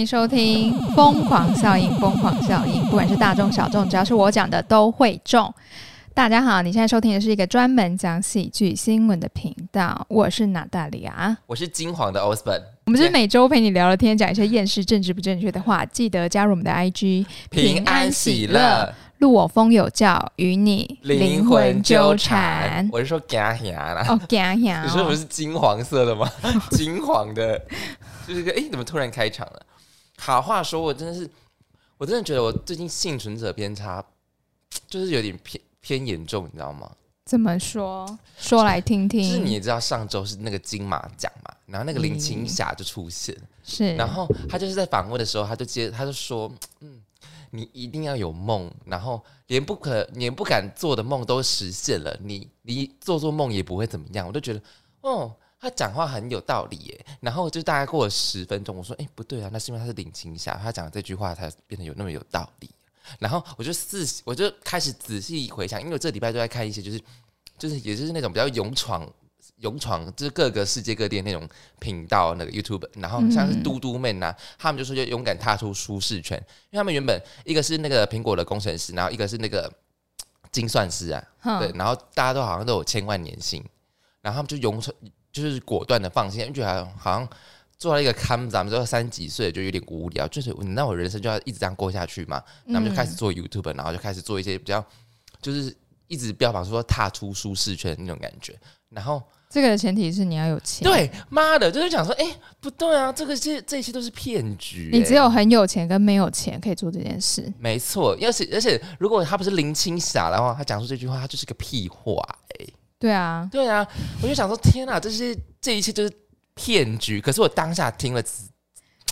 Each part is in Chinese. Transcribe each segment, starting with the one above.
欢迎收听《疯狂效应》，疯狂效应，不管是大众小众，只要是我讲的都会中。大家好，你现在收听的是一个专门讲喜剧新闻的频道，我是娜大里亚。我是金黄的 Osborn，我们就是每周陪你聊聊天，讲一些厌世、政治不正确的话。记得加入我们的 IG，平安喜乐，录我风有教，与你灵魂纠缠。。我是说嘎呀啦，哦，呀呀！你说我是金黄色的吗？ 金黄的，就是个哎，诶怎么突然开场了？好话说，我真的是，我真的觉得我最近幸存者偏差就是有点偏偏严重，你知道吗？怎么说？说来听听。就是你也知道，上周是那个金马奖嘛，然后那个林青霞就出现，是然后他就是在访问的时候，他就接，他就说，嗯，你一定要有梦，然后连不可、连不敢做的梦都实现了，你你做做梦也不会怎么样。我就觉得，哦，他讲话很有道理耶。然后就大概过了十分钟，我说，哎、不对啊，那是因为他是林青霞，他讲的这句话才变得有那么有道理。然后我就自我就开始仔细回想，因为我这礼拜都在看一些就是就是也就是那种比较勇闯勇闯，就是各个世界各地的那种频道那个 YouTube，然后像是嘟嘟妹呐、啊他们就说要勇敢踏出舒适圈，因为他们原本一个是那个苹果的工程师，然后一个是那个精算师啊，哼对，然后大家都好像都有千万年薪，然后他们就勇闯，就是果断的放弃，因为觉得好像做到一个看，咱们都三十几岁就有点无聊，就是那我人生就要一直这样过下去嘛，那么就开嗯始做 YouTube，然后就开始做一些比较就是一直标榜说踏出舒适圈的那种感觉，然后。这个前提是你要有钱。对，妈的，就是想说，哎、不对啊，这个这这些都是骗局、你哎只有很有钱跟没有钱可以做这件事。没错，而且而且，如果他不是林青霞的话，他讲出这句话，他就是个屁话、哎，对啊，对啊，我就想说，天哪、这些这一切就是骗局。可是我当下听了，嗯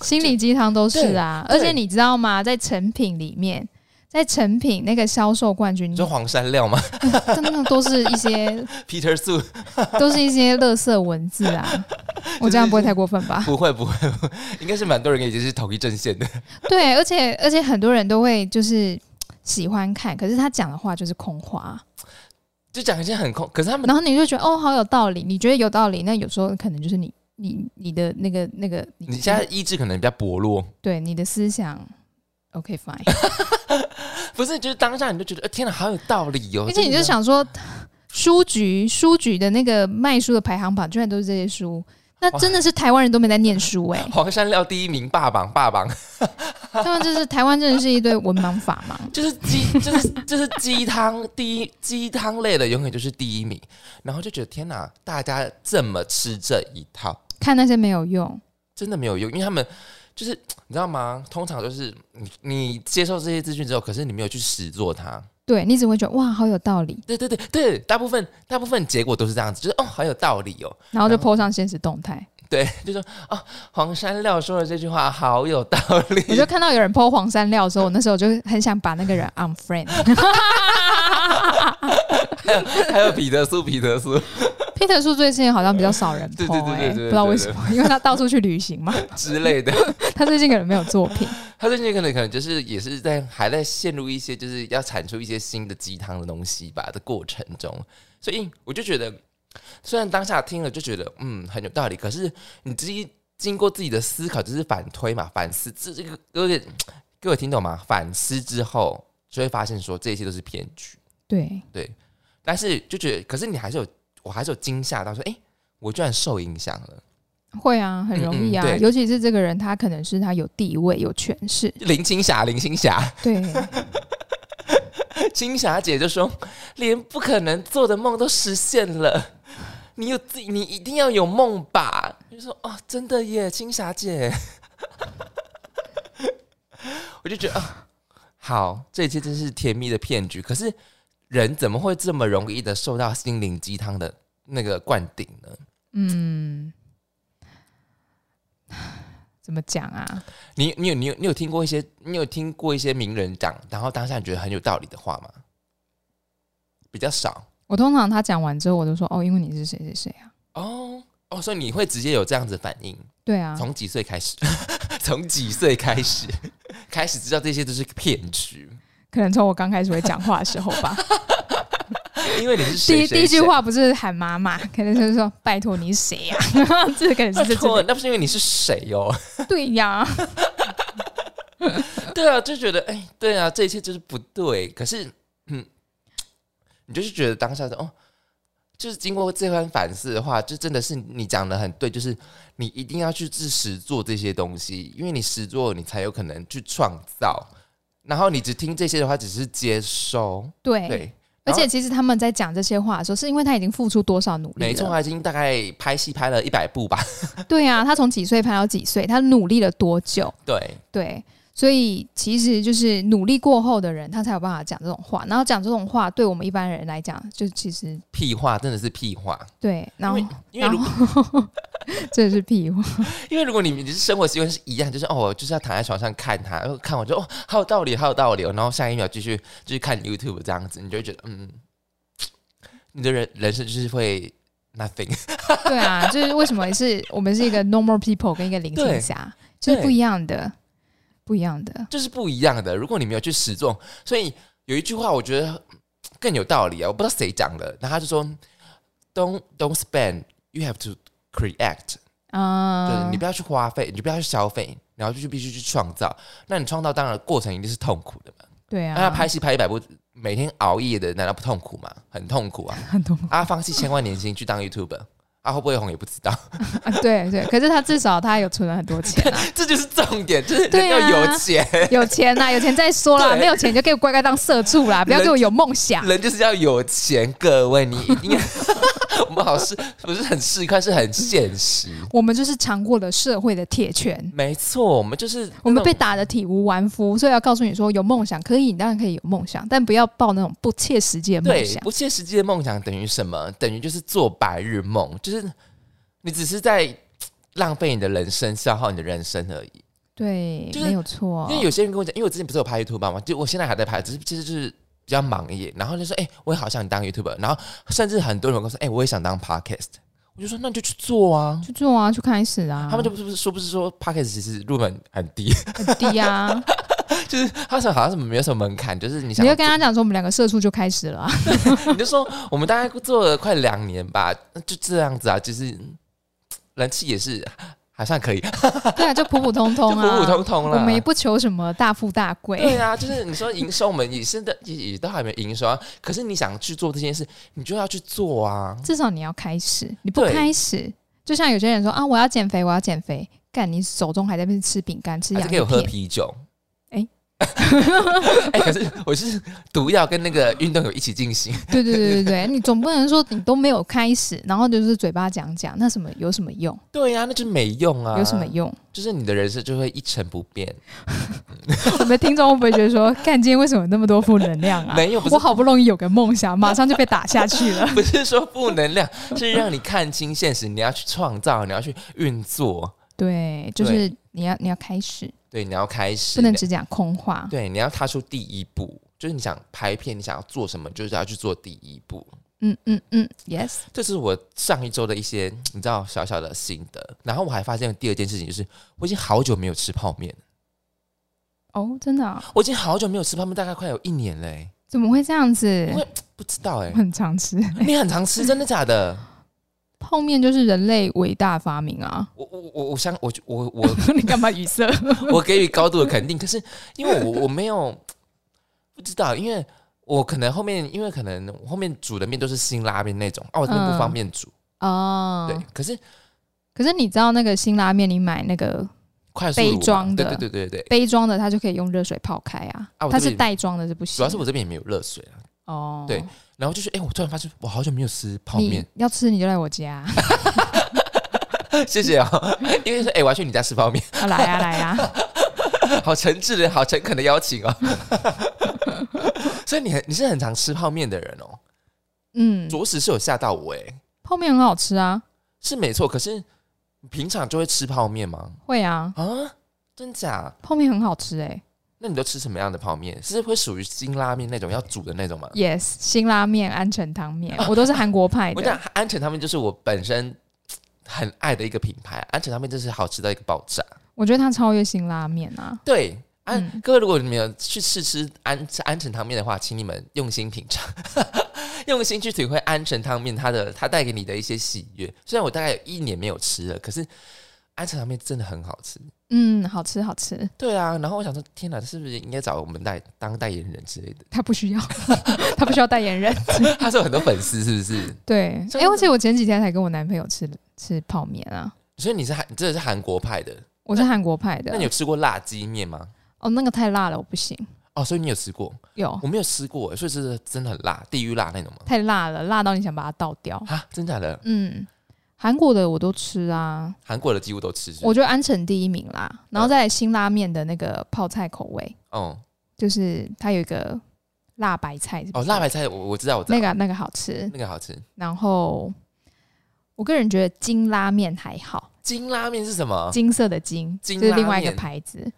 心理鸡汤都是啊。对而对且你知道吗？在成品里面，在成品那个销售冠军你，说黄山料吗真的都是一些 ？Peter Su 都是一些垃圾文字啊。 我这样不会太过分吧？不会不会，不会应该是蛮多人已经是同一阵线的。对，而且而且很多人都会就是喜欢看，可是他讲的话就是空话，就讲一些很空，可是他们然后你就觉得哦好有道理，你觉得有道理，那有时候可能就是你你你的那个那个你现在意志可能比较薄弱，对你的思想。OK fine，不是？就是当下你就觉得，呃天哪，好有道理哦。而且你真就的想说，书局书局的那个卖书的排行榜，居然都是这些书，那真的是台湾人都没在念书 哎、黄山料第一名，霸榜霸榜。他们就是台湾真的是一堆文盲法 盲，就是鸡，就是就是鸡汤第一鸡汤类的，永远就是第一名。然后就觉得天哪，大家这么吃这一套，看那些没有用。真的没有用，因为他们就是你知道吗？通常就是你你接受这些资讯之后，可是你没有去实做它。对你只会觉得哇好有道理，对对对对，大部分大部分结果都是这样子，就是哦，好有道理哦。然后就 PO 上现实动态。对，就说啊，黄山料说的这句话好有道理。我就看到有人 PO 黄山料的时候，我那时候就很想把那个人 unfriend。还有还有彼得苏，彼得苏 Peter 树最近好像比较少人 PO 对对对哎、对对对对不知道为什么，因为他到处去旅行 嘛，之类的。他最近可能没有作品。他最近可能可能就是也是在还在陷入一些就是要产出一些新的鸡汤的东西吧的过程中，所以我就觉得，虽然当下听了就觉得嗯很有道理，可是你自己经过自己的思考，就是反推嘛，反思这这个各位各位听懂吗？反思之后就会发现说这些都是骗局，对，但是就觉得，可是你还是有，我还是有惊吓到说，诶，我居然受影响了。 会啊，很容易啊，嗯嗯对尤其是这个人，他可能是他有地位、有权势，林青霞，林青霞，对，金霞姐就说：“连不可能做的梦都实现了，你有自己，你一定要有梦吧？”就说：“哦，真的耶，金霞姐。”我就觉得啊，好，这一切真是甜蜜的骗局。可是人怎么会这么容易的受到心灵鸡汤的那个灌顶呢？ 嗯， 怎么讲啊？你你有你有你有听过一些你有听过一些名人讲，然后当下你觉得很有道理的话吗？比较少。我通常他讲完之后，我就说哦，因为你是谁谁谁啊，哦哦，所以你会直接有这样子的反应？对啊，从几岁开始？ 从几岁开始？ 开始知道这些都是骗局？可能从我刚开始会讲话的时候吧。因为你是第一 谁第一句，话不是喊妈妈，可能就是 说拜 托你是谁呀、啊？这可能是这谁种谁错，那不是因为你是谁哦？对呀、 对啊，就觉得哎，对啊，这一切就是不对。可是，嗯，你就是觉得当下的哦，就是经过这番反思的话，就真的是你讲的很对，就是你一定要去自实做这些东西，因为你实做，你才有可能去创造。然后你只听这些的话，只是接收，对，对，而然后且其实他们在讲这些话的时候，是因为他已经付出多少努力了？没错，啊他已经大概拍戏拍了一百部吧， 对啊，他从几岁拍到几岁，他努力了多久？对，对，所以其实就是努力过后的人，他才有办法讲这种话。然后讲这种话，对我们一般人来讲，就其实屁话真的是屁话。对，然后因为因为如果 这是屁话，因为如果你们生活习惯是一样，就是哦，我就是要躺在床上看他，然后看完就哦，好有道理，好有道理哦，然后下一秒继续继续看 YouTube 这样子，你就会觉得嗯，你的人人生就是会 nothing， 对啊，就是为什么是我们是一个 normal people 跟一个林青霞，就是不一样的，不一样的。就是不一样的。如果你没有去始终，所以有一句话我觉得更有道理啊，我不知道谁讲的，然后他就说，Don't don't spend, you have to create。对嗯你，不要去花费，你不要去消费，然后就是必须去创造。那你创造当然过程一定是痛苦的嘛。对那、他啊，拍戏拍一百部，每天熬夜的，难道不痛苦吗？很痛苦啊！ 很痛苦啊，放弃千万年薪去当 YouTuber，啊，会不会红也不知道， 啊，对对。可是他至少他有存了很多钱啊，这就是重点，就是人对啊要有钱，有钱呐、有钱再说啦，对没有钱你就给我乖乖当社畜啦，不要给我有梦想。人就是要有钱。各位，你一定要， 我们好是不是很市侩，是很现实。我们就是尝过了社会的铁拳，没错，我们就是我们被那种打得体无完肤，所以要告诉你说，有梦想可以，你当然可以有梦想，但不要抱那种不切实际的梦对想。不切实际的梦想等于什么？等于就是做白日梦，就是你只是在浪费你的人生，消耗你的人生而已。对，就是没有错因。为有些人跟我讲，因为我之前不是有拍 YouTube 嘛，就我现在还在拍，只是其实就是比较忙一点。然后就说，哎、我也好想当 YouTuber，然后甚至很多人跟我说，哎、我也想当 Podcast。我就说，那你就去做啊。去做啊，去开始啊，他们就不是不是说不是说 podcast 其实入门很低， 很 低啊。就是他说好像是没有什么门槛，就是你你想就跟他讲说，我们两个社畜就开始了、 啊。做你就说我们大概做了快两年吧，就这样子啊，就是人气也是还算可以，对啊，就普普通就通普啊，普通通我啦。们也不求什么大富大贵对。啊，就是你说营收，我们也现在也也都还没营收啊。可是你想去做这件事，你就要去做啊。至少你要开始，你不对开始，就像有些人说啊，我要减肥，我要减肥，干你手中还在那边吃饼干、吃还洋是芋可以有喝片，啤酒。哎哎、可是我是毒药跟那个运动有一起进行，对对对对对，你总不能说你都没有开始，然后就是嘴巴讲讲，那什么有什么用？对呀、那就没用啊，有什么？用？就是你的人生就会一成不变，我们的听众会不会觉得说，干今天为什么有那么多负能量啊？没有不是我好不容易有个梦想，马上就被打下去 了。不是说负能量，是让你看清现实，你要去创造，你要去运作，对，就是你要你要开始，对，你要开始，不能只讲空话。对，你要踏出第一步，就是你想拍片，你想要做什么，就是要去做第一步。嗯嗯嗯，yes，这是我上一周的一些你知道小小的心得，然后我还发现第二件事情就是，我已经好久没有吃泡面了，哦，真的啊、我已经好久没有吃泡面，大概快有一年嘞、怎么会这样子因？为不知道哎、我很常吃你很 常吃，真的假的？泡面，就是人类伟大发明 啊！我我我我相我我我 你干嘛语塞？我给予高度的肯定，可是因为我我没有不知道，因为我可能后面因为可能我后面煮的面都是辛拉面那种，哦、啊，我真的不方便煮，哦，对，可是可是你知道那个辛拉面，你买那个快速杯卤嘛装的对对对对对，杯装的，它就可以用热水泡开啊。啊我它这是里袋装的，是不行。主要是我这边也没有热水啊，哦，对然后就是哎、我突然发现我好久没有吃泡面你。要吃你就来我家， 谢谢哦， 因为说哎、我要去你家吃泡面， 啊来啊来啊！好诚挚的、好诚恳的邀请哦。 所以你很你是很常吃泡面的人哦，嗯，着实是有吓到我哎，泡面很好吃啊，是没错。可是你平常就会吃泡面吗？会啊，啊，真假？泡面很好吃哎、那你都吃什么样的泡面？是会属于辛拉面那种要煮的那种吗？ Yes，辛拉面、安城汤 面，我都是韩国派我的讲。安城他们就是我本身很爱的一个品牌，安城他们真是好吃到一个爆炸。我觉得它超越辛拉面啊。对。安、嗯各位，如果你们有去试吃安安城汤面的话，请你们用心品尝， 用心去体会安城汤面它的它带给你的一些喜悦。虽然我大概有一年没有吃了，可是安城汤面真的很好吃。嗯，好吃好吃，对啊，然后我想说，天哪，是不是应该找我们代当代言人之类的？ 他不需要， 他不需要代言 人。他是有很多粉丝，是不是？对，真哎、的而且我前几天才跟我男朋友吃吃泡面啊，所以你是韩，你真的是韩国派的。我是韩国派的那你。有吃过辣鸡面吗？哦，那个太辣了，我不行。哦，所以你有吃过？有我没有吃过，所以是真的很辣，地狱辣那种吗？太辣了，辣到你想把它倒掉。啊，真假的？嗯，韩国的我都吃啊，韩国的几乎都吃是不我是。觉得安城第一名啦，然后再来辛拉面的那个泡菜口味，哦就是它有一个辣白菜是不哦，是辣白菜我我知道我知道，那个那个好吃。那个好吃。然后我个人觉得金拉面还好，金拉面是什么？金色的金，啊金这是另外一拉个面牌子。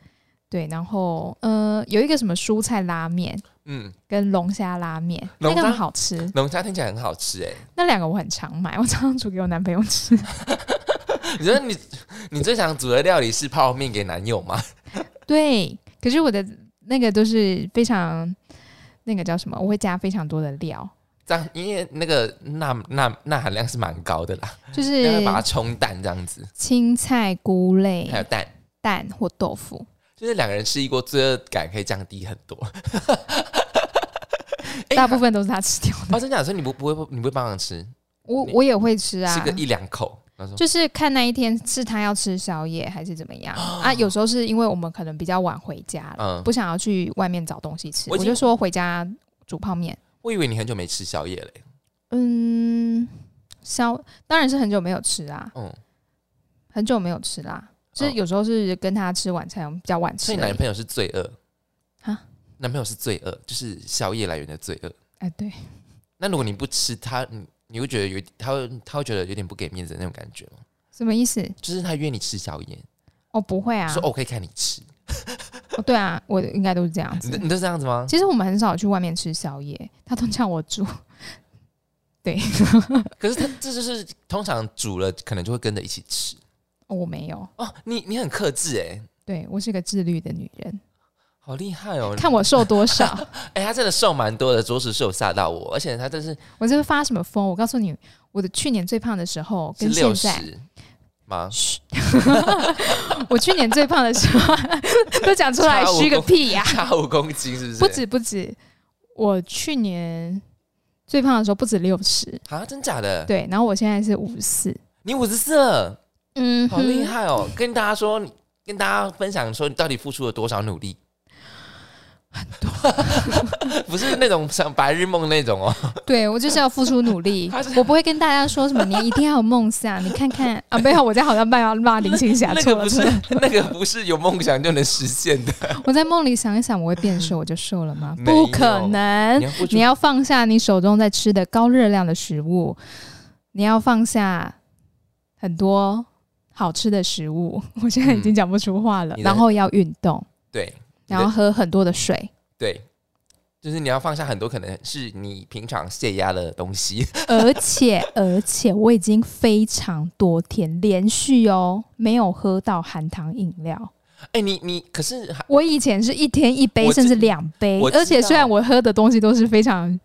对，然后呃，有一个什么蔬菜拉面嗯，跟龙虾拉面，龙那个虾很好吃，龙虾听起来很好吃哎、那两个我很常买，我常常煮给我男朋友吃。 你觉得你你最想煮的料理是泡面给男友吗？对，可是我的那个都是非常那个叫什么，我会加非常多的料，这样因为那个钠钠钠含量是蛮高的啦，就让它是把它冲淡这样子，青菜、菇类还、有蛋。蛋或豆腐。就是两个人吃一锅，罪恶感可以降低很多。 哎大部分都是他吃掉的，哦，真假的？所以你不不会你不会帮忙吃，我你我也会吃啊吃，个一两口，然后说就是看那一天是他要吃宵夜还是怎么样啊。有时候是因为我们可能比较晚回家了，哦嗯，不想要去外面找东西吃，我我已经就说回家煮泡面。我以为你很久没吃宵夜欸嘞、嗯，宵当然是很久没有吃啊，嗯，很久没有吃啦。就是嗯有时候是跟他吃晚餐，我们比较晚吃所而以已。你男朋友是罪恶啊男朋友是罪恶，就是宵夜来源的罪恶。哎，对，那如果你不吃他，你你会觉得有他会他会觉得有点不给面子的那种感觉吗？什么意思？就是他约你吃宵夜，哦，不会啊说，哦可以看你吃，哦对啊，我应该都是这样你子都。你都这样子吗？其实我们很少去外面吃宵夜，他都叫我煮。 可是他这就是通常煮了可能就会跟着一起吃哦我没有，哦。你你很克制哎、对我是个自律的女人，好厉害哦！看我瘦多少。 哎、他真的瘦蛮多的，着实是有吓到我，而且他真是我这是发什么疯？我告诉你，我的去年最胖的时候是跟现六在，十吗？嘘，我去年最胖的时 候都讲出来，差五虚个公屁呀、差五公斤是不是？不止不止，我去年最胖的时候不止六十，啊，真假的？对，然后我现在是五四，你五十四了，嗯，好厉，害哦！跟大家说，你跟大家分享说，你到底付出了多少努力？很 多，不是那种像白日梦那种哦。对我就是要付出努力 他是，我不会跟大家说什么你一定要有梦想，你看看啊，没有，我在好像骂 骂林青霞那错个了不，是错了， 那个不是有梦想就能实现的。我在梦里想一想，我会变 瘦，我就瘦了吗？没有不可能你，要付出嗯你要放下你手中在吃的高热量的食物，你要放下很多好吃的食物。 我现在已经讲不出话了，嗯你的然后要运动，对你然的后喝很多的水。对，就是你要放下很多可能是你平常泄压的东西。 而且而且，我已经非常多天连续哦没有喝到含糖饮料。哎、你你可是还我以前是一天一杯，我知甚至两杯我，知道而且虽然我喝的东西都是非常。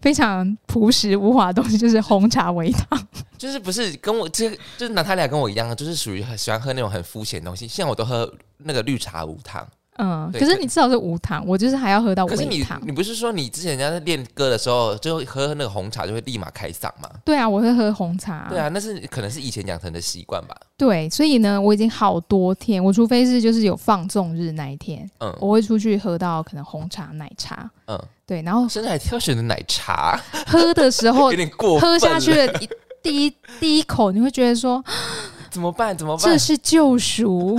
非常朴实无华的东西，就是红茶微糖。就是不是跟我这就是娜塔莉亚跟我一样，啊就是属于很喜欢喝那种很肤浅的东西。像我都喝那个绿茶无糖，嗯， 对可是可你至少是无糖，我就是还要喝到可是啊微你糖。你不是说你之前人家在练歌的时候，就喝那个红茶就会立马开嗓吗？对啊，我会喝红茶。对啊，那是可能是以前养成的习惯吧。对所以呢，我已经好多天，我除非是就是有放纵日那一天，嗯我会出去喝到可能红茶、奶茶。嗯，对，然后甚至还挑选的奶茶，喝的时候 有点哦过分喝了下去的一第一第一口，你会觉得说怎么办？怎么这办？是救 赎；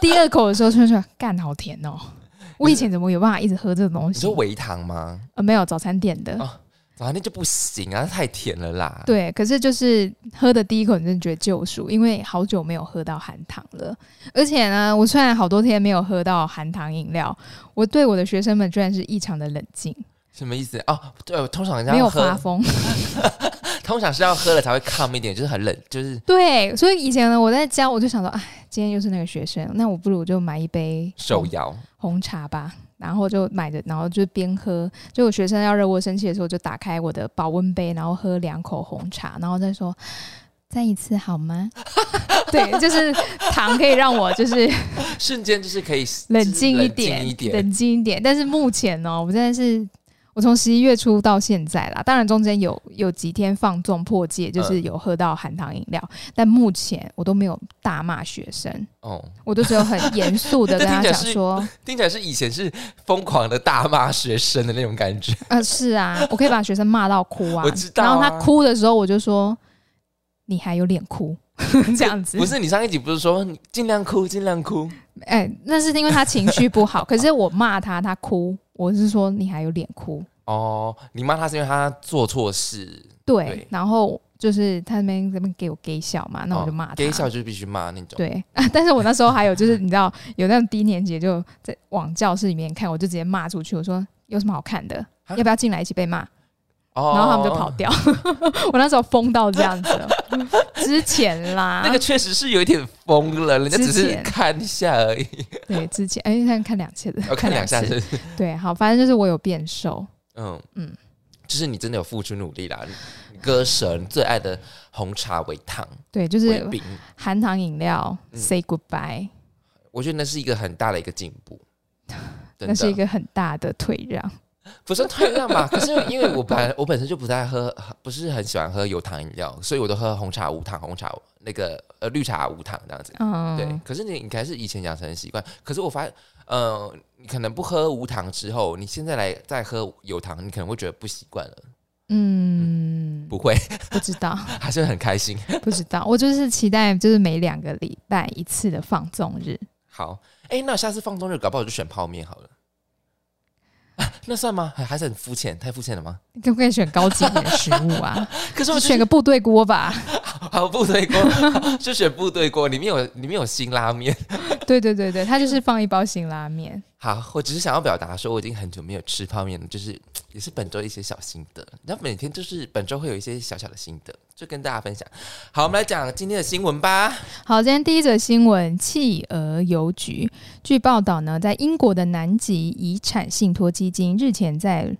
第二口的时候，就会说干好甜哦。我以前怎么有办法一直喝这种东你西说？微糖吗？呃，没有早餐店的。哦啊，那就不行啊，太甜了啦。，对，可是就是喝的第一口，你真的觉得救赎，因为好久没有喝到含糖了。而且呢，我虽然好多天没有喝到含糖饮料，我对我的学生们居然是异常的冷静，什么意思？哦，对，通常人没家有要发喝，疯。 通常是要喝了才会 calm 一点，就是很冷，就是对，所以以前呢，我在教，我就想说，哎，今天又是那个学生，那我不如就买一杯手红摇。红茶吧。然后就买着，然后就边喝。就有学生要惹我生气的时候，我就打开我的保温杯，然后喝两口红茶，然后再说：“再一次好吗？ 对，就是糖可以让我就是瞬间就是可以冷静一冷点静一，点，冷静一点。但是目前呢、我真的是我从十一月初到现在啦，当然中间有有几天放纵破戒，嗯就是有喝到含糖饮料，但目前我都没有大骂学生，哦，我都只有很严肃的跟他 这听讲起来是说，听起来是以前是疯狂的大骂学生的那种感觉，呃，是啊，我可以把学生骂到哭啊， 我知道啊然后他哭的时候，我就说：“你还有脸哭？” 这样子不，是你上一集不是说你尽量哭尽量哭，哎、那是因为他情绪不好。可是我骂他，他哭，我是说你还有脸哭？哦，你骂他是因为他做错事，对，对然后就是他那边这边给我给笑嘛，那我就骂他。哦给小就是必须骂那种，对、 啊，但是我那时候还有就是你知道有那种低年级就在往教室里面看，我就直接骂出去，我说有什么好看的？啊要不要进来一起被骂？哦然后他们就跑。掉。 我那时候疯到这样子了，之前啦，那个确实是有一点疯了，人家之只是前看一下 而已，对，之前哎，现在看两次的，要哦看两下次。是，对，好，反正就是我有变瘦，嗯嗯嗯，就是你真的有付出努力啦，你割舍你最爱的红茶为糖对，就为是饼，含糖饮料、嗯 say goodbye，我觉得那是一个很大的一个进 步，真那是一的个很大的退让。不是退 让吧？可是因为我本来我本身就不太喝，不是很喜欢喝有糖饮料，所以我都喝红茶无糖，红茶那个呃绿茶无糖这样子。嗯，对，可是你你还是以前养成的习惯，可是我发现，呃，你可能不喝无糖之后，你现在来再喝有糖，你可能会觉得不习惯了。嗯，不会，不知道， 还是很开心。不知道，我就是期待就是每两个礼拜一次的放纵日。好，哎、那下次放纵日搞不好就选泡面好了。啊那算吗？还还是很肤浅，太肤浅了吗？你可不可以选高级一点的食物 啊？可是我选选个部队锅吧。好部队锅， 就选部队锅，里面有里面有辛拉面。对对对对，它就是放一包辛拉面。好，我只是想要表达说，我已经很久没有吃泡面了，就是也是本周一些小心得。然后每天就是本周会有一些小小的心得，就跟大家分享。好，我们来讲今天的新闻吧。好，今天第一则新闻，企鹅邮局。据报道呢，在英国的南极遗产信托基金日前在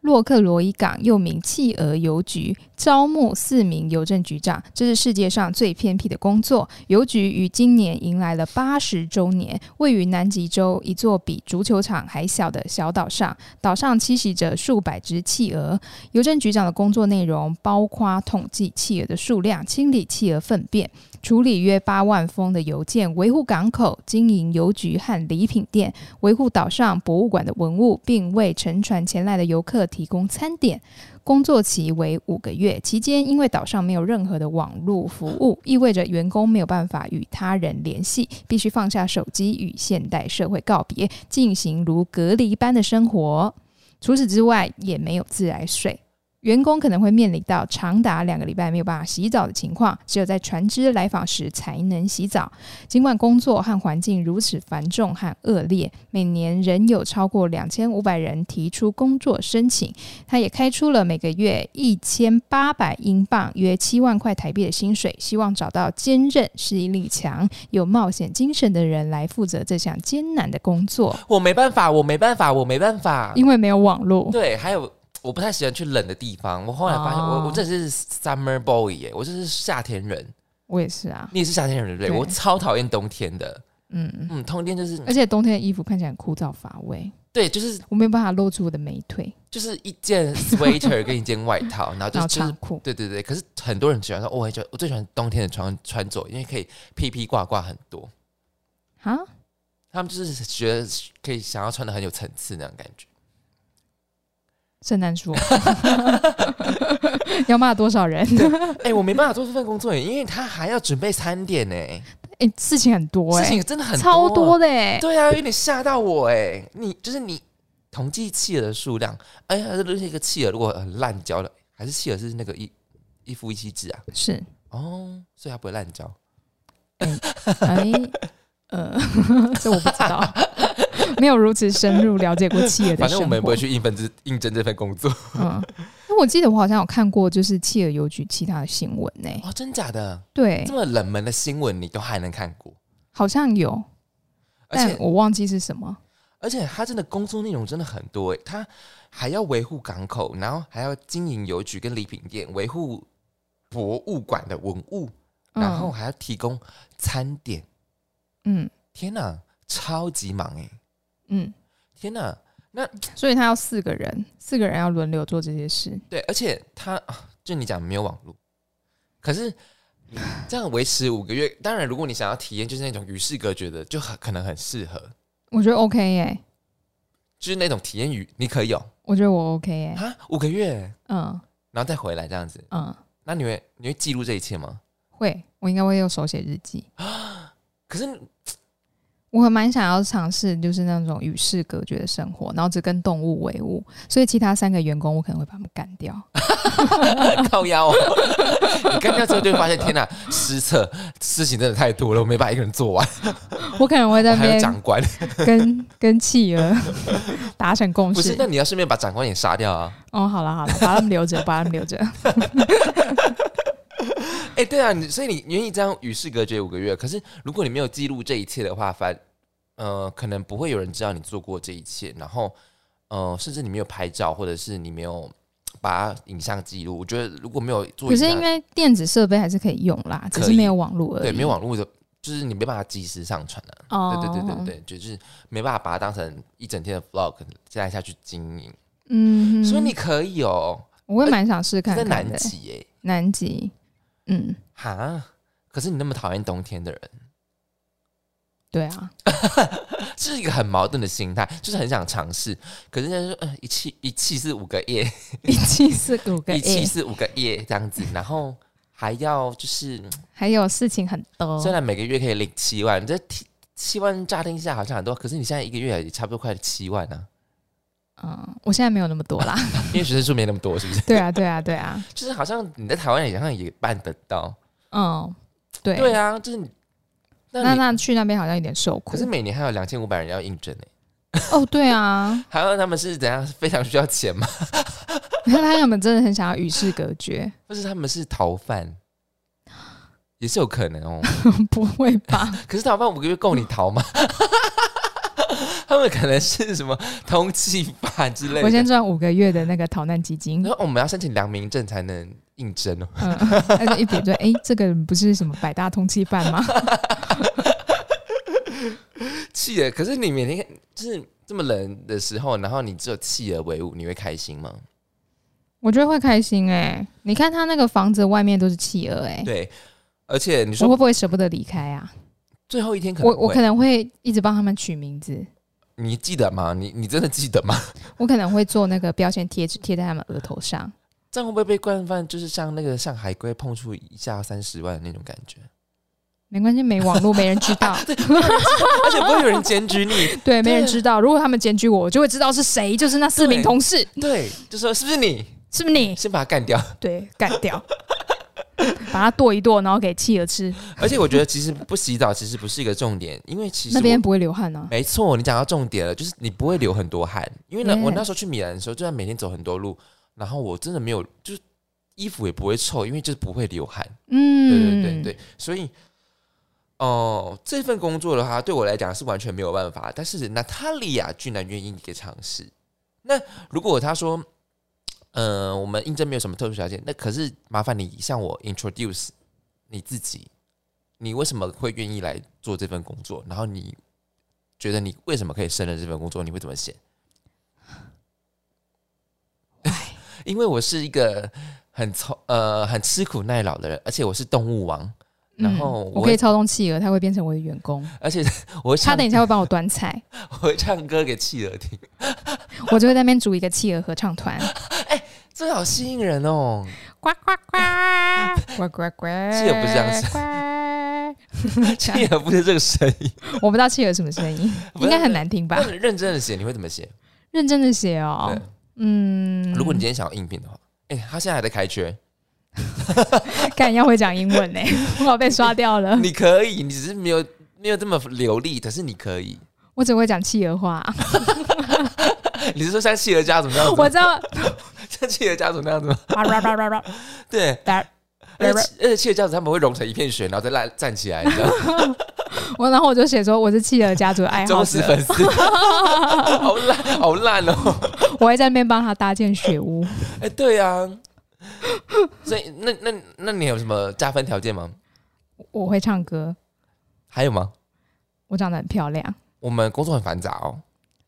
洛克罗伊港，又名企鹅邮局，招募四名邮政局长，这是世界上最偏僻的工作。邮局于今年迎来了八十周年，位于南极洲一座比足球场还小的小岛上，岛上栖息着数百只企鹅。邮政局长的工作内容包括统计企鹅的数量、清理企鹅粪便。处理约八万封的邮件，维护港口、经营邮局和礼品店，维护岛上博物馆的文物，并为乘船前来的游客提供餐点。工作期为五个月，期间因为岛上没有任何的网络服务，意味着员工没有办法与他人联系，必须放下手机与现代社会告别，进行如隔离般的生活。除此之外，也没有自来水。员工可能会面临到长达两个礼拜没有办法洗澡的情况，只有在船只来访时才能洗澡。尽管工作和环境如此繁重和恶劣，每年仍有超过两千五百人提出工作申请。他也开出了每个月一千八百英镑（约七万块台币）的薪水，希望找到坚韧、适应力强、有冒险精神的人来负责这项艰难的工作，我没办法，我没办法，我没办法。因为没有网络。对，还有我不太喜欢去冷的地方。我后来发现，哦我我真的是 summer boy 耶，我就是夏天人。我也是啊，你也是夏天人对不对？对我超讨厌冬天的。嗯，嗯，冬天就是而且冬天的衣服看起来很枯燥乏味。对，就是我没有办法露出我的美腿，就是一件 sweater 跟一件外套，然后 就然后就是长裤。对对对，可是很多人喜欢说，哦我很喜欢，我最喜欢冬天的穿穿着，因为可以披披挂挂很多。啊，他们就是觉得可以想要穿的很有层次那种感觉。圣诞树，哦 要骂多少人？ 哎、我没办法做这份工作耶，因为他还要准备餐点呢、哎、事情很多事哎、情真的很超多多。啊的哎、对啊，有点吓到我哎。你就是你统计企鹅的数量，哎呀，这是一个企鹅如果很烂交的，还是企鹅是那个一一夫一妻制啊？是，哦，所以它不会烂交。哎、呃， 这我不知道，没有如此深入了解过企鹅的反正生我们也不活会。去应征这应征这份工作。嗯，那我记得我好像有看过，就是企鹅邮局其他的新闻呢、哦，真假的？对这，么冷门的新闻你都还能看过，好像有，而但且我忘记是什么。而且他真的工作内容真的很多欸诶，他还要维护港口，然后还要经营邮局跟礼品店，维护博物馆的文物，嗯然后还要提供餐点。嗯天哪，超级忙哎、嗯，天哪，所以他要四个人，四个人要轮流做这些事。对，而且他啊就你讲没有网络，可是你这样维持五个月，当然如果你想要体验就是那种与世隔绝的，就很可能很适合，我觉得 OK 耶、就是那种体验与你可以有我觉得我 OK 耶、啊五个月，嗯然后再回来这样子，嗯，那你会你会记录这一切吗？会，我应该会用手写日记。可是我蛮想要尝试，就是那种与世隔绝的生活，然后只跟动物为伍。所以其他三个员工，我可能会把他们干 掉。靠腰、哦， 你干掉之后就会发现，天哪，失策，事情真的太多了，我没把一个人做完，我可能会在那还有边长官，跟跟企 鹅达成共不是识？。那你要顺便把长官也杀掉啊？哦，好了好了，把他们留着，把他们留着。哎、对啊，你所以你愿意这样与世隔绝五个月，可是如果你没有记录这一切的话，反呃，可能不会有人知道你做过这一切，然后呃，甚至你没有拍照，或者是你没有把它影像记录，我觉得如果没有做可影是像，应该电子设备还是可以用啦，只可是以没有网络而已。对没有网络的，就是你没办法及时上传啊。哦，对对对对对，就是没办法把它当成一整天的 vlog 现在下去经营，嗯哼，所以你可以哦，我会蛮想试这看在看的。南极耶，南极，嗯，哈。可是你那么讨厌冬天的人，对 啊，这是一个很矛盾的心态，就是很想尝试，可是人家说，呃，一气一气是五个夜，一七四五个哎一气 A，是五个夜这样子，然后还要就是，还有事情很多虽。然每个月可以领七万，这七七万乍听一下好像很多，可是你现在一个月也差不多快七万啊，嗯，我现在没有那么多 啦。因为学生数没那么多，是不是？ 对啊，对啊，对啊，就是好像你在台湾也好像也办得到，嗯，对。对啊，就是你那那你那去那边好像有点受苦可是每年还有两千五百人要应征呢、欸哦，对啊，还有他们是怎样非常需要钱吗？他他们真的很想要与世隔绝， 或是他们是逃犯，也是有可能哦。不会吧？可是逃犯五个月够你逃吗？ 他们可能是什么通缉犯之类我先的。赚五个月的那个逃难基 金然，后我们要申请良民证才能应征哦。嗯，而且一比对，哎，这个人不是什么百大通缉犯吗？ 气了，可是你每天就是这么冷的时候，然后你只有气而为伍，你会开心吗？我觉得会开心哎、你看他那个房子外面都是企鹅哎、对，而且我你会说不会舍不得离开啊？最后一天可能我我会可能会一直帮他们取名字，你记得吗？你你真的记得吗？我可能会做那个标签贴纸贴在他们额头上。这样会不会被惯犯？就是像那个像海龟碰触一下三十万的那种感 觉，没关系，没网络，没人知 道，而且不会有人检 举你。对，没人知道。如果他们检举我，我就会知道是谁，就是那四名同事，对，就说是不是你？是不是你？先把它干掉。 对，干掉， 把它剁一剁，然后给企鹅吃，而且我觉得其实不洗澡其实不是一个重点，因为其实那边我不会流汗啊。没错，你讲到重点了，就是你不会流很多汗。因为呢， Yeah 我那时候去米兰的时候，就算每天走很多路，然后我真的没有，就是衣服也不会臭，因为就是不会流汗。对嗯，对对对，所以，哦、这份工作的话，对我来讲是完全没有办法。但是娜塔莉亚居然愿意给尝试。那如果他说，呃，我们应征没有什么特殊条件，那可是麻烦你向我 introduce 你自己，你为什么会愿意来做这份工作？然后你觉得你为什么可以胜任这份工作？你会怎么写？ 因为我是一个很聪呃很吃苦耐劳的人，而且我是动物王，嗯然后我我可以操纵企鹅，它会变成我的员工，而且 我会它唱等一下会帮我端菜，我会唱歌给企鹅听，我就会在那边组一个企鹅合唱团。这好吸引人哦！ 呱呱呱呱呱呱！企鹅不是这样子呱，企鹅不是这个声音， 我不知道企鹅什么声音，不是应该很难听 吧那？你认真的写，你会怎么写？认真的写哦对。嗯，如果你今天想要应聘的话，哎、他现在还在开缺，干要会讲英文 呢、我好被刷掉了。你可以，你只是没有没有这么流利，可是你可以。 我只会讲企鹅话，你是说像企鹅家族那样子吗我？知道。 像企鹅家族那样子吗？啊啦啦啦啦对，啦而且而且企鹅家族他们会融成一片雪，然后再来站起来，你知道吗， 我然后我就写说我是企鹅家族的爱哎好忠实者，粉丝， 好烂好烂哦！我会在那边帮他搭建雪屋。哎、对啊，所以那那那你有什么加分条件吗？我会唱歌，还有吗？我长得很漂亮，我们工作很繁杂哦。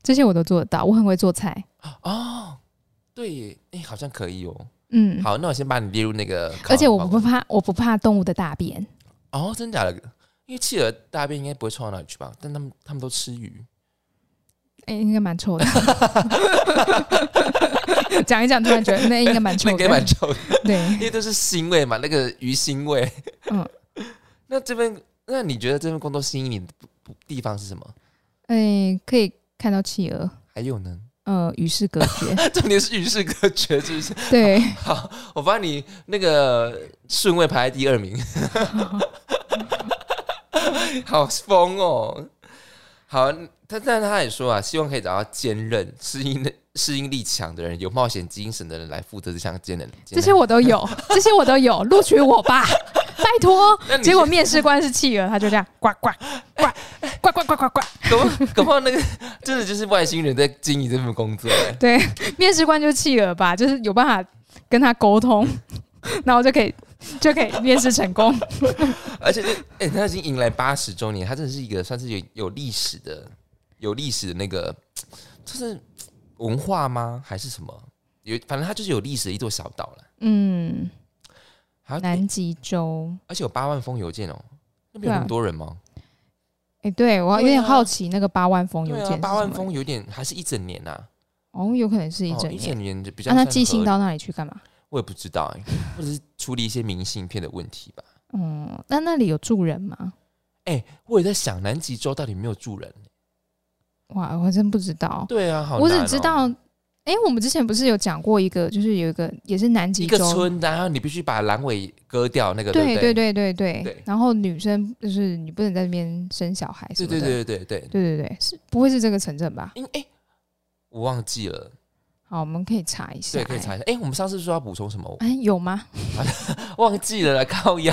这些我都做得到。我很会做菜，哦，对耶，哎、好像可以哦。嗯，好，那我先把你列入那个考量包。而且我不怕，我不怕动物的大便。哦，真假的？因为企鹅大便应该不会臭到哪里去吧？但他们他们都吃鱼。哎、应该蛮 臭的。讲一讲，突然觉得那应该蛮那臭应的该。蛮臭的，对因，为都是腥味嘛，那个鱼腥味。嗯，那这份，那你觉得这份工作吸引你的不不地方是什么？哎、可以看到企鹅，还有 呢？呃，与世隔绝。 重点是与世隔绝，是不是？对，好， 我帮你那个顺位排在第二名， 好疯哦。好，他但他也说啊，希望可以找到坚韧、适应的适应力强的人，有冒险精神的人来负责这项艰难。艰这难些我都有，这些我都有，录取我吧， 拜托那。你结果面试官是企鹅，他就这样呱呱呱呱呱呱呱呱。搞不好搞不好那个真的就是外星人在经营这份工作、欸。对，面试官就企鹅吧，就是有办法跟他沟通，然后就可以就可以面试成功。而且这，哎、他已经迎来八十周年，他真的是一个算是有有历史的、有历史的那个，就是文化吗？还是什么？有，反正它就是有历史的一座小岛了。嗯，还有南极洲。而且有八万封邮件哦，那边有那么多人吗？哎、对我有对啊点好奇那个八万封邮对件是什啊，么，八万封有点还是一整年呐、啊，哦，有可能是一哦整一年。啊整年就比较那、他算寄信合到那里去干嘛？我也不知道哎、或者是处理一些明信片的问题吧。嗯，那那里有住人吗？哎、我也在想南极洲到底有没有住人？哇，我真不知道，对啊，好、我只知。道，哎、我们之前不是有讲过一个，就是有一个也是南极一洲个，村，然后你必须把阑尾割掉，那个对不对对对对对然后女生就是你不能在那边生小孩什对么的，对对对对对，对对对是不会是这个城镇吧？因哎、我忘记了，好，我们可以查一下、对，可以查一下。哎、我们上次说要补充什么，我 哎、有吗？ 忘记了啦，靠腰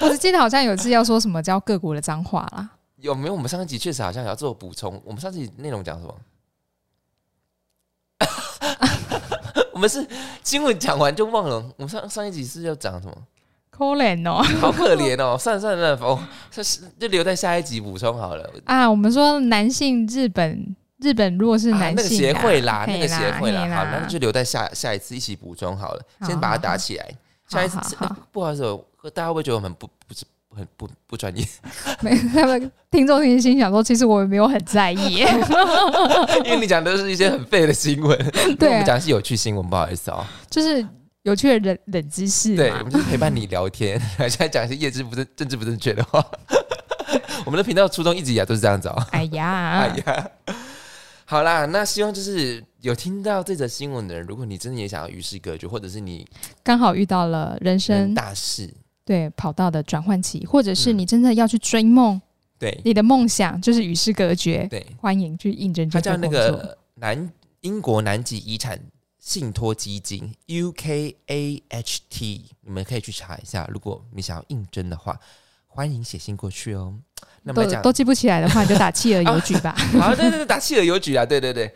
我只记得好像有一次要说什么叫各国的脏话啦。有没有？我们上一集确实好像也要做补充。我们上集内容讲什么？ 我们是新闻讲完就忘了，我们上上一集是要讲什么？可怜哦 好可怜哦！算了算了，算了哦，这是就留在下一集补充好了。啊！我们说男性日本日本如果是啊男那个性、协会啦，那嘿个协会啦，嘿好，那就留在下下一次一起补充好了，好先把它好打好起来。下一次好好好 不好意思哦，大家会不会觉得我们不不是很不不专业？ 没他们听众听心想说，其实我也没有很在意耶，因为你讲的都是一些很废的 新闻，因为我们啊讲的是有趣新闻，不好意 思哦。就是有趣的冷冷知识对，我嘛们。就是陪伴你聊天， 现在讲一些业之不正、政治不正确的话。 我们的频道初衷一直以来都是这样子哦。哎呀，哎呀，好啦，那希望就是有听到这则新闻的人，如果你真的也想要与世隔绝，或者是你刚好遇到了人人生大事，对跑道的转换期，或者是嗯你真的要去追梦，对你的梦想就是与世隔绝，对，欢迎去应征它这份叫那工作。个南英国南极遗产信托基金 （UKAHT），你们可以去查一下。如果你想要应征的话，欢迎写信过去哦。那我们来都讲都记不起来的话，你就打弃儿邮局 吧。 好，对对对，打气的邮局啊，对对对。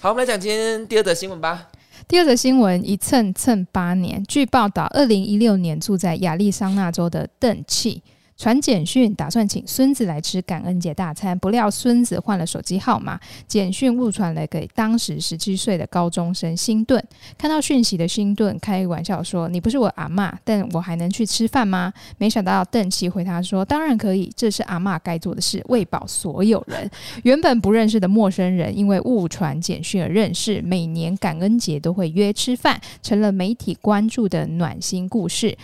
好，我们来讲今天第二则新闻吧。第二则新闻，一蹭蹭八年。据报道，二零一六年住在亚利桑那州的邓契传简讯，打算请孙子来吃感恩节大餐，不料孙子换了手机号码，简讯误传了给当时十七岁的高中生辛顿。看到讯息的辛顿开玩笑说：“你不是我阿嬷，但我还能去吃饭吗？”没想到邓契回他说：“当然可以，这是阿嬷该做的事，喂饱所有人。”原本不认识的陌生人，因为误传简讯而认识，每年感恩节都会约吃饭，成了媒体关注的暖心故事。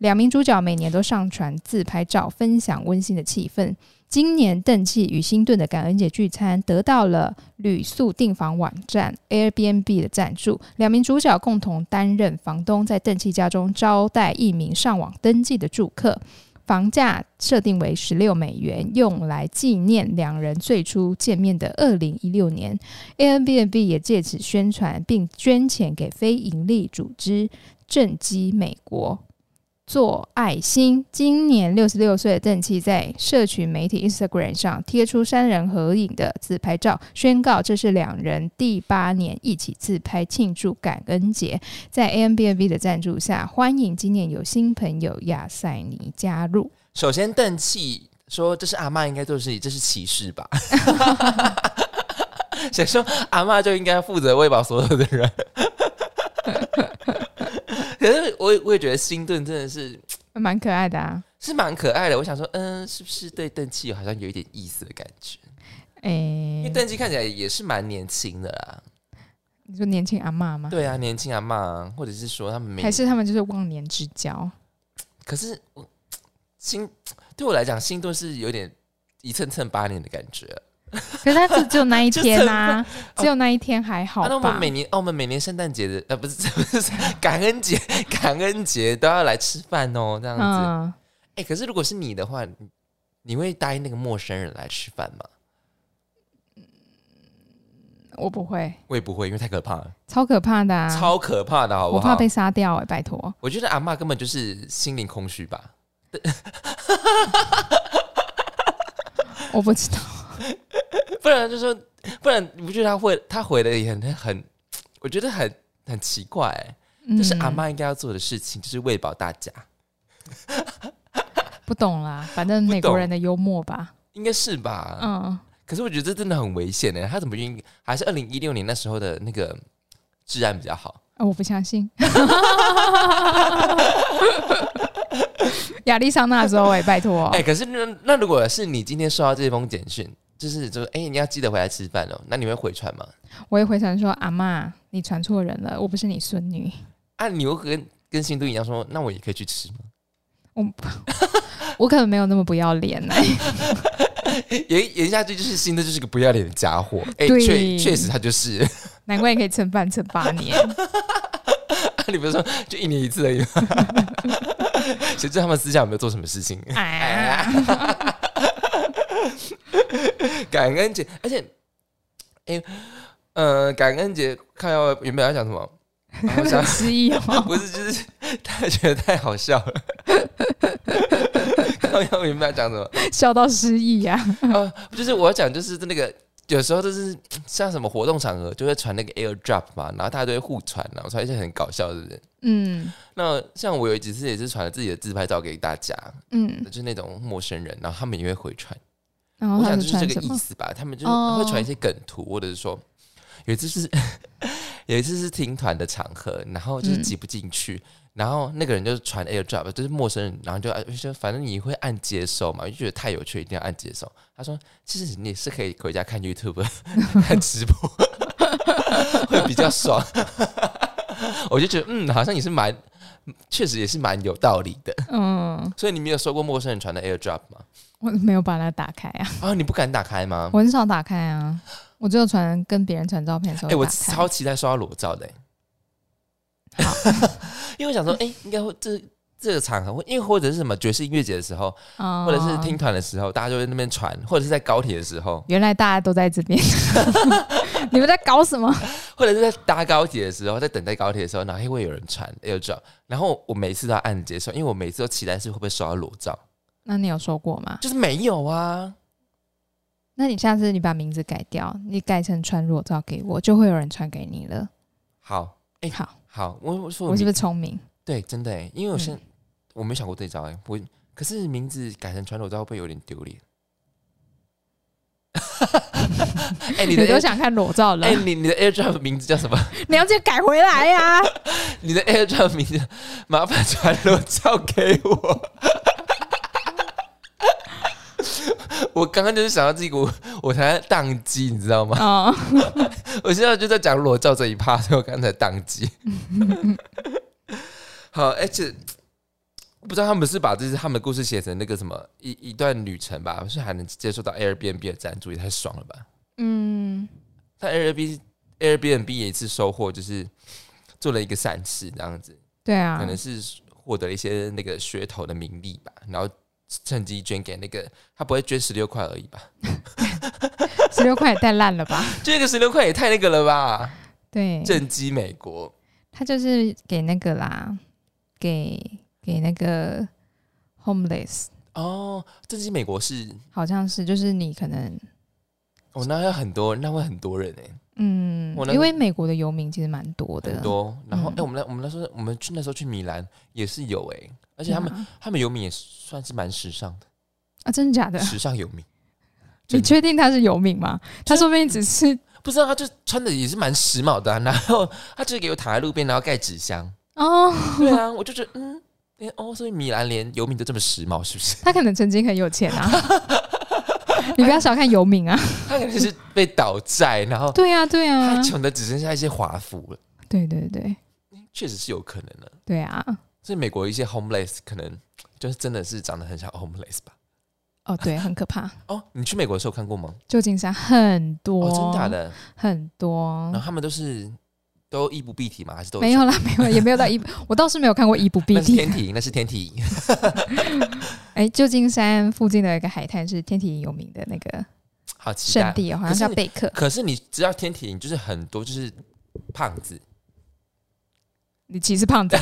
两名主角每年都上传自拍照，分享温馨的气氛。今年邓契与辛顿的感恩节聚餐得到了旅宿订房网站 Airbnb 的赞助，两名主角共同担任房东，在邓契家中招待一名上网登记的住客。房价设定为十六美元，用来纪念两人最初见面的二零一六年。Airbnb 也借此宣传并捐钱给非营利组织正畸美国。做爱心，今年六十六岁的邓七在社群媒体 Instagram 上贴出三人合影的自拍照，宣告这是两人第八年一起自拍庆祝感恩节。在 a m b n b 的赞助下，欢迎今年有新朋友亚塞尼加入。首先，邓气说这是阿嬷应该做的事情，这是歧视吧？ 谁说阿嬷就应该负责喂饱所有的人？ 可是我也我也觉得星顿真的是蛮可爱的啊！是蛮可爱的。我想说，嗯，是不是对邓气好像有一点意思的感觉？因为诶，邓气看起来也是蛮年轻的啦。你说年轻阿嬷吗？对啊，年轻阿嬷，或者是说他们没还是他们就是忘年之交？可是我新对我来讲，新顿是有点一蹭蹭八年的感觉。 可是他只只有那一 就哦天啊，只有那一天还好啊、那我吧嗯们？每年，哦，我们每年圣诞节的，呃，不是， 不是感恩节，感恩节都要来吃饭哦，这样子。哎、嗯，可是如果是你的话，你你会答应那个陌生人来吃饭吗？我不会，我也不会，因为太可怕了，超可怕的啊！超可怕的，好不我好？怕被杀掉哎、拜托！我觉得阿嬷根本就是心灵空虚吧，我不 知道，不然就说，不然你不觉得他会，他回的也很很，我觉得很很奇怪、嗯这是阿嬷应该要做的事情，就是喂饱大家，不懂啦，反正美国人的幽默吧。应该是吧？嗯，可是我觉得这真的很危险呢。他怎么愿意？还是二零一六年那时候的那个治安比较好？呃我不相 信。亚利桑那州哎、拜托！哎、可是那那如果是你今天收到这封简讯，就是就是哎、你要记得回来吃饭哦，那你会回传吗？我也回传说阿嬷，你传错人了，我不是你孙女。啊，你又跟跟新都一样说，那我也可以去吃吗？我可能没有那么不要脸 哎、言言下去就是新的就是个不要脸的家伙，哎、对确确实他就是， 难怪你可以蹭饭蹭八年。你不是说就一年一次而已吗？ 谁知道他们私下有没有做什么事情？ 哎，感恩节，而且，哎、呃，感恩节看要原本要讲什么？啊我想 失忆哦。不是，就是 他觉得太好笑了。 看要原本要讲什么？笑到失忆呀、啊！呃，就是我要讲，就是那个有时候就是像什么活动场合就会传那个 AirDrop 嘛，然后大家都会互传，然后传一些很搞笑的人。嗯那像我有几次也是传了自己的自拍照给大家，嗯，就是那种陌生人，然后他们也会回传。然后我他想们就是这穿个什意么？思吧，他们就是哦会传一些梗图，或者是说有一次是 有一次是听团的场合，然后就是嗯挤不进去，然后那个人就传 AirDrop，就是陌生人，然后就啊就反正你会按接收嘛，就觉得太有趣，一定要按接收。他说其实你是可以回家看 YouTube 看直播， 会比较爽。 我就觉得嗯，好像也是蛮，确实也是蛮有道理的。嗯，所以你没有收过陌生人传的 AirDrop 吗？我没有把它打开啊，啊，你不敢打开吗？我很少打开啊，我只有传跟别人传照片的时候哎、打开。我超期待收到裸照的、欸。好 因为我 想说，哎、应该会这这个场合会，因为或者是什么爵士音乐节的时候，嗯或者是听团的时候，大家就会那边传，或者是在高铁的时候，原来大家都在这 边，你们在搞什么？或者是在搭高铁的时候，在等待高铁的时候，然后会有人传 AirDrop，然后我每次都要按接受，因为我每次都期待是会不会收到裸照，那你有说过吗？就是没有啊。那你下次你把名字改掉，你改成传裸照给我，就会有人传给你了。好哎好，好，我我说我是不名是聪明？对，真的、欸，因为我现、嗯我没想过这招哎、我可是名字改成传裸照会不会有点丢脸？哎、你你 的都 Air- 想看裸照了哎、，你你的 AirDrop 名字叫什么？ 你要记得改回来呀、你的 AirDrop 名字，麻烦传裸照给我。 我刚刚就是想到这个，我我才宕机，你知道吗？啊！ 我现在就在讲裸照这一趴，所以我刚才 宕机。好，而且不知道他们是把这是他们的故事写成那个什么一一段旅程吧，是还能接受到 Airbnb 的赞助，也太爽了吧！嗯，但 Airbnb Airbnb 也是收获，就是做了一个善事，这样子，对啊可，能是获得了一些那个噱头的名利吧，然后趁机捐给那个，他不会捐十六块而已吧？ 十六块也太烂了吧？这个十六块也太那个了吧？对，震惊美国。他就是给那个啦，给给那个 homeless，哦，这是美国是，好像是就是你可能哦，那要很多，那会很多人哎、嗯我，那个因为美国的游民其实蛮多的，很多。然后哎、嗯我们那我们那时候我们去那时候去米兰也是有哎、而且 他们、对啊他们游民也算是蛮时尚的，啊，真的假的？时尚游民。你确定他是游民吗？他说不定只是不啊知道，他就穿的也是蛮时髦的啊、 然后他就是给我躺在路边，然后盖 纸箱。哦，对啊，我就觉得嗯，哎、哦，所以米兰连游民都这么时髦，是 不是？他可能曾经很有钱 啊。你不要小看游民啊！他可能是被倒债，然后对啊，对啊他，穷的只剩下一些华服了，对对对确实是有可能的。对啊！所以美国一些 homeless 可能就是真的是长得很像 homeless 吧？哦，对，很可怕。哦，你去美国的时候看过吗？ 旧金山很多，哦，真假的。很多然后。他们都是都衣不蔽体吗？还是都嗯没有啦，没有，也没有到 一，我倒是没有看过一不必那是地。天体，那是天体。 哎，旧金山附近的一个海滩是天体营有名的那个好期圣待。地哦，好像叫贝克。可是你知道天体就是很多就是胖子， 你其实胖子，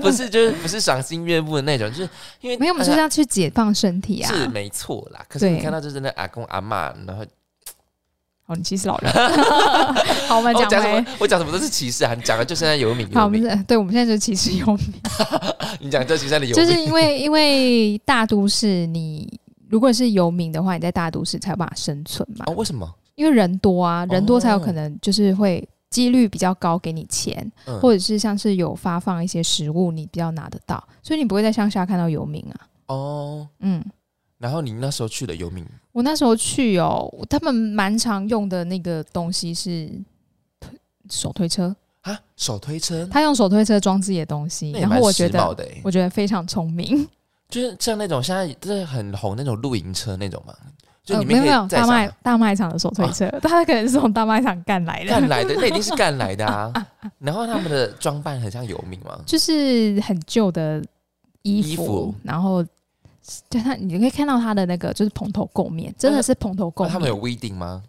不是就是不是赏心悦目的那种，就是因为没有，我们就是要去解放身体啊。是没错啦。可是你对看到就是那阿公阿嬷，然后哦，你其实老 人。好，我们讲哦我讲回什么？我讲什么都是歧视啊！你讲的就是那游民，好，游我们民，是对，我们现在就其实有名，你讲这其他的游就民，是因为因为大都市你。如果是游民的话，你在大都市才有办法生存嘛，哦，为什么？因为人多啊，人多才有哦可能就是会几率比较高给你钱，嗯或者是像是有发放一些食物，你比较拿得到，所以你不会在乡下看到游民啊。哦，嗯，然后你那时候去了游民，我那时候去哦，他们蛮常用的那个东西是推手推车，啊，手推车，他用手推车装自己的东西，那也然后蛮我时觉髦得的欸我觉得非常聪明。就是像那种现在就是很红那种露营车那种嘛，就呃，里没有没面可有以大载上哦卖大卖场的手推车，他可能是从大卖场干来 的，干来的，那一定是干来的 啊。然后他们的装扮很像游民嘛，就是很旧的衣服，衣服然后对他你可以看到他的那个就是蓬头垢面，真的是蓬头垢那面。他们有 w e d i n g 吗？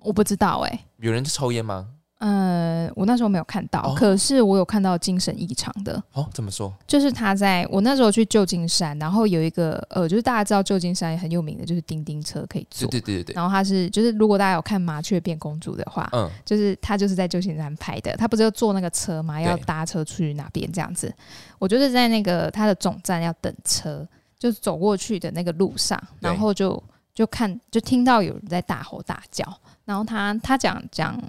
我不知道哎、有人抽烟吗？呃，我那时候没有看到，哦可是我有看到精神异常的，哦，怎么说？就是他在我那时候去旧金山，然后有一个呃，就是大家知道旧金山很有名的就是叮叮车可以对坐，对对对对，然后他是就是如果大家有看《麻雀变公主》的话，嗯，就是他就是在旧金山拍的，他不是要坐那个车吗？要搭车去哪边这样子？我就是在那个他的总站要等车，就走过去的那个路上，对然后就就看就听到有人在大吼大叫，然后他他讲讲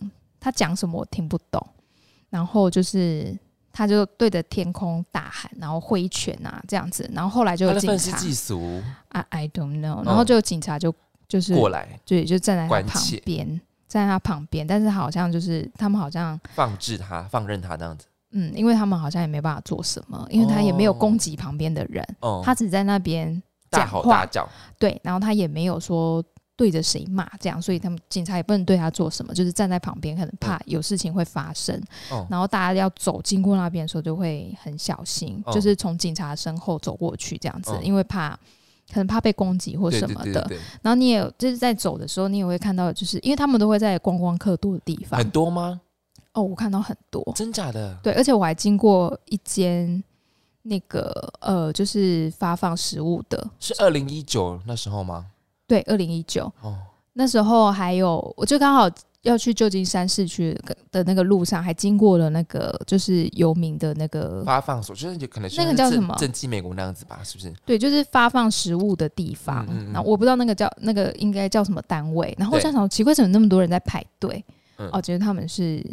他讲什么我听不懂，然后就是。他就对着天空大喊，然后挥拳啊，这样子，然后后来就有他的警愤世察嫉俗，I I don't know，嗯然后就有警察就就是过来对，就站在他关旁切边，站在他旁边，但是好像就是他们好像，放置他，放任他那样子。嗯，因为他们好像也没办法做什么，因为他也没有哦攻击旁边的人，哦，他只在那边大讲吼话大叫，对，然后他也没有说对着谁骂这样，所以他们警察也不能对他做什么，就是站在旁边，可能怕有事情会发生，哦然后大家要走经过那边的时候就会很小心，哦就是从警察身后走过去这样子，哦因为怕可能怕被攻击或对什对么对的对，对，然后你也有就是在走的时候，你也会看到，就是因为他们都会在观光客多的地方很多吗？哦，我看到很多，真假的？对，而且我还经过一间那个呃，就是发放食物的，是二零一九那时候吗？对，二零一九哦，那时候还有，我就刚好要去旧金山市区的那个路上，还经过了那个就是游民的那个，发放所就是有可能是那个叫正什么正畸美国那样子吧？是不是？对，就是发放食物的地方嗯嗯嗯。然后我不知道那个叫那个应该叫什么单位，然后我对在想奇怪，怎么那么多人在排队？嗯哦，觉得他们是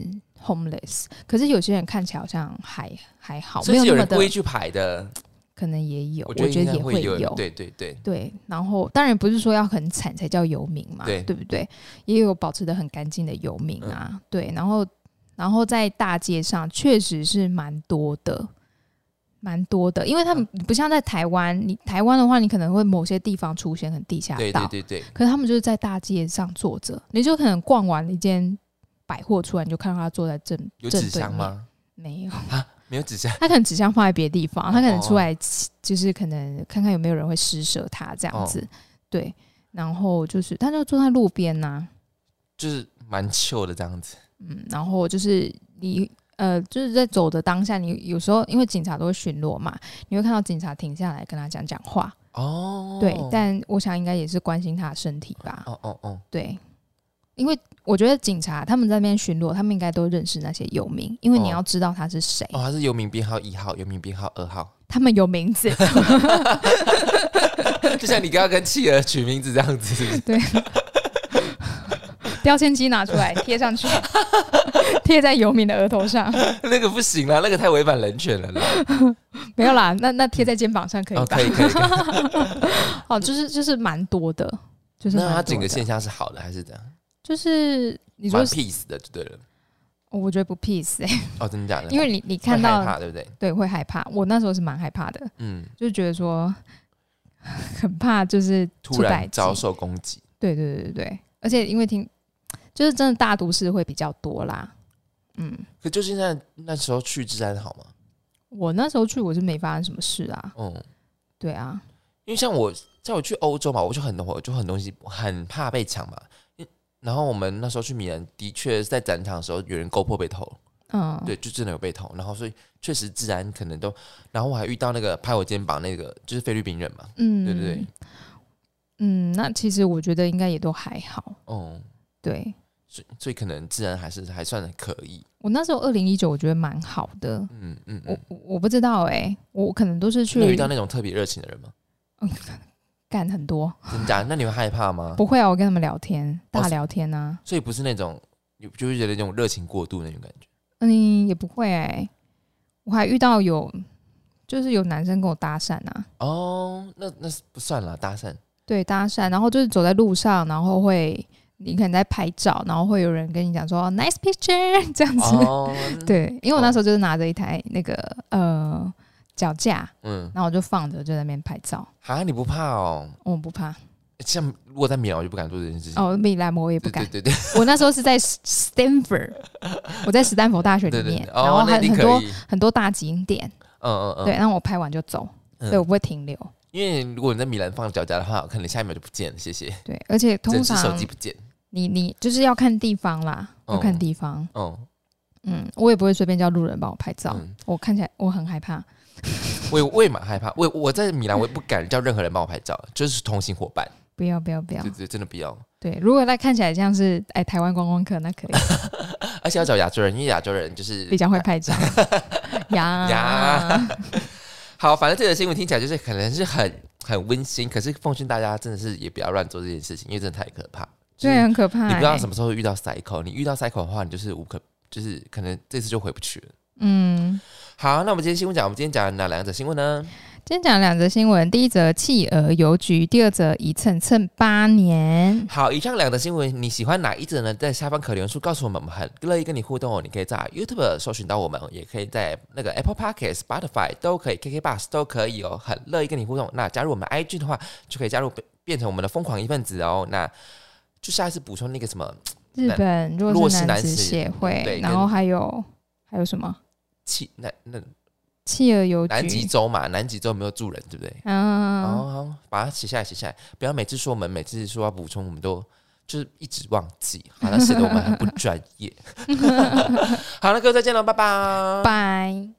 homeless，可是有些人看起来好像还还好，甚哦没有至有那么人的故，意去排的，可能也有，我我觉得应该也会会有有，。对对对，对，然后当然不是说要很惨才叫游民嘛，对嗯不对？也有保持的很干净的游民啊，对，然后然后在大街上确实是蛮多的，蛮多的，因为他们嗯不像在台湾，你台湾的话，你可能会某些地方出现很地下道，对对对对，可是他们就是在大街上坐着，你就可能逛完一间百货出来，你就看到他坐在正有正纸对箱面，吗？没有。没有纸箱，他可能纸箱放在别的地方，他可能哦出来就是可能看看有没有人会施舍他这样子，哦对。然后就是他就坐在路边呐、啊就是蛮旧的这样子。嗯，然后就是你呃，就是在走的当下，你有时候因为警察都会巡逻嘛，你会看到警察停下来跟他讲讲话。哦，对，但我想应该也是关心他的身体吧。哦哦哦，对，因为我觉得警察他们在那边巡逻，他们应该都认识那些游民，因为你哦要知道他是谁，哦，他是游民编号一号，游民编号二号， 他们有名字。就像你刚刚跟企鹅取名字这样子， 标签机拿出来贴上 去，贴在游民的额头上，那个不行啦，那个太违反人权了啦。没有啦，那那贴在肩膀上可以哦，吧可？以可以。可以哦，就是就是蛮多的，就是那蛮它多整个的现象是好的还是怎样？就是你说蛮是， peace 的就对了。哦我觉得不 peace 哎、哦，真的假的？因为你你会看害到怕，对不对？对会害怕，我那时候是蛮害怕的，嗯，就是觉得说很怕，就是突出代然际遭受攻击，对对对对对，而且因为听就是真的大都市会比较多啦，嗯，可就是那那时候去治安好吗？我那时候去我是没发生什么事啊，嗯，对啊，因为像我，像我去欧洲嘛，我就很我就很东西很怕被抢嘛。因然后我们那时候去米兰，的确在展场的时候有人勾破被偷，嗯，对，就真的有被偷。然后所以确实治安可能都，然后我还遇到那个拍我肩膀那个就是菲律宾人嘛，嗯，对对对，嗯，那其实我觉得应该也都还好。哦、对所以所以可能治安还是还算可以，我那时候二零一九，我觉得蛮好的。嗯嗯我嗯。我我不知道哎、我可能都是你有遇去到那种特别热情的人吗？干很多，真假？那你会害怕吗？不会啊，我跟他们聊天，大聊天啊，所以不是那种，你就会觉得那种热情过度那种感觉。嗯，也不会哎、我还遇到有就是有男生跟我搭讪啊，哦，那那是不算了，搭 讪。对，搭讪，然后就是走在路上，然后会你可能在拍照，然后会有人跟你讲说哦 nice picture 这样子，哦，对，因为我那哦时候就是拿着一台那个呃脚架，嗯，然后我就放着就在那边拍照，哈，你不怕哦？我不怕。像如果在米兰，我就不敢做这件事情。哦，米兰我也不对敢对。对对我那时候是在 Stanford，我在斯坦福大学里对对面对，，然后哦，那很你很可多以，很多大景点，嗯嗯对，嗯，然后我拍完就走，嗯所以我不会停留。因为如果你在米兰放脚架的话，可能下一秒就不见了，谢谢，对，而且通整只手常机不见。你你就是要看地方啦，哦要看地方。嗯，嗯，我也不会随便叫路人帮我拍照，嗯我看起来我很害怕。我也我也蛮害怕，我也我在米兰，我也不敢叫任何人帮我拍照，就是同行伙伴，不要不要不要对，对，真的不要，对，如果他看起来像是哎台湾观光客，那可以 而且要找亚洲人，因为亚洲人就是比较会拍 照。呀呀好，反正这个新闻听起来就是可能是很很温馨，可是奉劝大家真的是也不要乱做这件事情，因为真的太可怕。对，，很可怕、你不知道哎什么时候会遇到 cycle，你遇到 cycle 的话，你就是无可，就是可能这次就回不去了。嗯。好，那我们今天新闻讲，我们今天讲哪两则新闻呢？今天讲两则新闻，第一则弃儿邮局，第二则一蹭蹭八年。好，以上两则新闻你喜欢哪一则呢？在下方可留言处告诉我们，我们很乐意跟你互动哦。你可以在 YouTube 搜寻到我们，也可以在那个 Apple Podcast、Spotify 都可以，KK Bus 都可以哦，很乐意跟你互动。那加入我们 IG 的话，就可以加入变成我们的疯狂一份子哦。那就下一次补充那个什么日本弱弱势势男男子子协会对，然后还有还有什么气那那弃儿邮南极局，洲嘛，南极洲没有住人，对不对？嗯、哦，好，把它写下来，写下来，不要每次说我们每次说要补充，我们都就是一直忘记，好像显得我们很不专业。好，那各位再见喽，拜拜。拜。